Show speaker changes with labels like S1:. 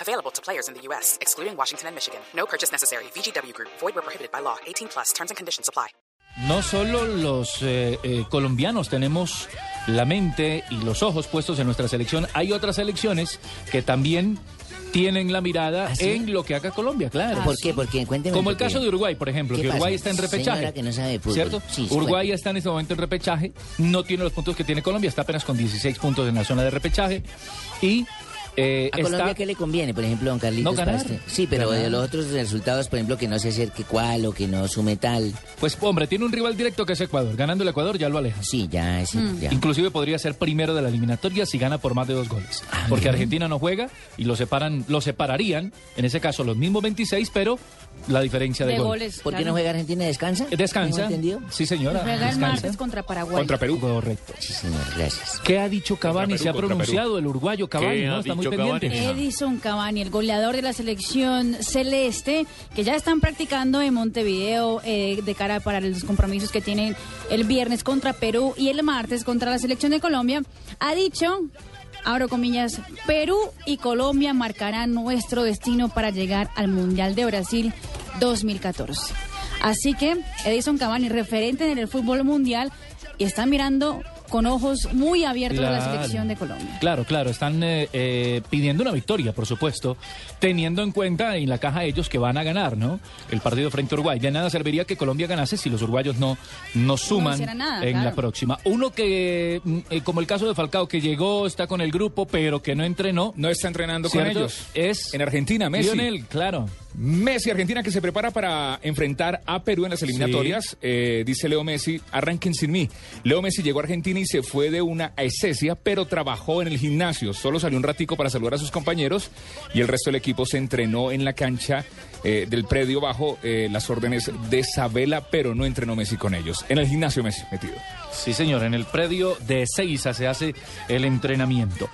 S1: Available to players in the U.S., excluding Washington and Michigan. No purchase necessary. VGW Group, void were prohibited by law. 18 plus terms and conditions apply.
S2: No solo los eh, eh, colombianos tenemos la mente y los ojos puestos en nuestra selección, hay otras selecciones que también tienen la mirada
S3: ¿Ah, sí? Ah,
S2: en lo que haga Colombia, claro.
S3: ¿Por qué? Porque cuénteme.
S2: Como
S3: un
S2: el caso
S3: poquito.
S2: de Uruguay, por ejemplo,
S3: ¿Qué
S2: que
S3: pasa?
S2: Uruguay está en repechaje.
S3: Señora que no sabe de fútbol.
S2: ¿Cierto?
S3: Sí, sí,
S2: Uruguay
S3: cuente.
S2: está en este momento en repechaje, no tiene los puntos que tiene Colombia, está apenas con 16 puntos en la zona de repechaje y eh,
S3: ¿A
S2: está...
S3: Colombia qué le conviene, por ejemplo, don Carlitos?
S2: No ganar.
S3: para usted? Sí, pero
S2: Ganar.
S3: de los otros resultados, por ejemplo, que no se acerque cuál o que no sume tal.
S2: Pues hombre, tiene un rival directo que es Ecuador. Ganando el Ecuador ya lo aleja.
S3: Sí, ya, es
S2: Mm.
S3: ya.
S2: Inclusive podría ser primero de la eliminatoria si gana por más de dos goles.
S3: Ah,
S2: porque
S3: bien.
S2: Argentina no juega y lo separan, lo separarían, en ese caso los mismos 26, pero la diferencia de,
S4: de
S2: gol.
S4: goles.
S3: ¿Por qué
S4: claro.
S3: no juega Argentina? ¿Descansa?
S2: Descansa.
S3: ¿Tengo entendido?
S2: Sí, señora.
S4: Juega el
S2: descansa.
S4: martes pues, contra Paraguay.
S2: Contra Perú. Correcto.
S3: Sí, señor, gracias.
S2: ¿Qué ha dicho Cavani?
S5: Perú,
S2: Se ha
S5: contra
S2: pronunciado el uruguayo Cavani,
S5: ¿Qué
S2: ¿no?
S5: ha
S2: Está muy
S5: dicho Cavani?
S2: pendiente.
S4: Edison Cavani, el goleador de la selección celeste, que ya están practicando en Montevideo eh, de cara para los compromisos que tienen el viernes contra Perú y el martes contra la selección de Colombia, ha dicho, abro comillas, Perú y Colombia marcarán nuestro destino para llegar al Mundial de Brasil 2014. Así que Edison Cavani, referente en el fútbol mundial, está mirando con ojos muy abiertos a la selección de Colombia.
S2: Claro, claro, están eh, eh, pidiendo una victoria, por supuesto, teniendo en cuenta en la caja ellos que van a ganar, ¿no? El partido frente a Uruguay. De nada serviría que Colombia ganase si los uruguayos no, no suman
S4: hicieran nada,
S2: en la
S4: claro.
S2: próxima. Uno que, mm, eh, como el caso de Falcao, que llegó, está con el grupo, pero que no entrenó.
S6: No está entrenando con
S2: ¿cierto?
S6: ellos.
S2: Es
S6: en Argentina, Messi.
S2: Lionel, claro.
S6: Messi, Argentina, que se prepara para enfrentar a Perú en las eliminatorias. Eh, dice Leo Messi, arranquen sin mí. Leo Messi llegó a Argentina y se fue de una esencia, pero trabajó en el gimnasio. Solo salió un ratico para saludar a sus compañeros y el resto del equipo se entrenó en la cancha eh, del predio bajo eh, las órdenes de Sabela, pero no entrenó Messi con ellos. En el gimnasio Messi metido.
S2: Sí, señor, en el predio de Seiza se hace el entrenamiento.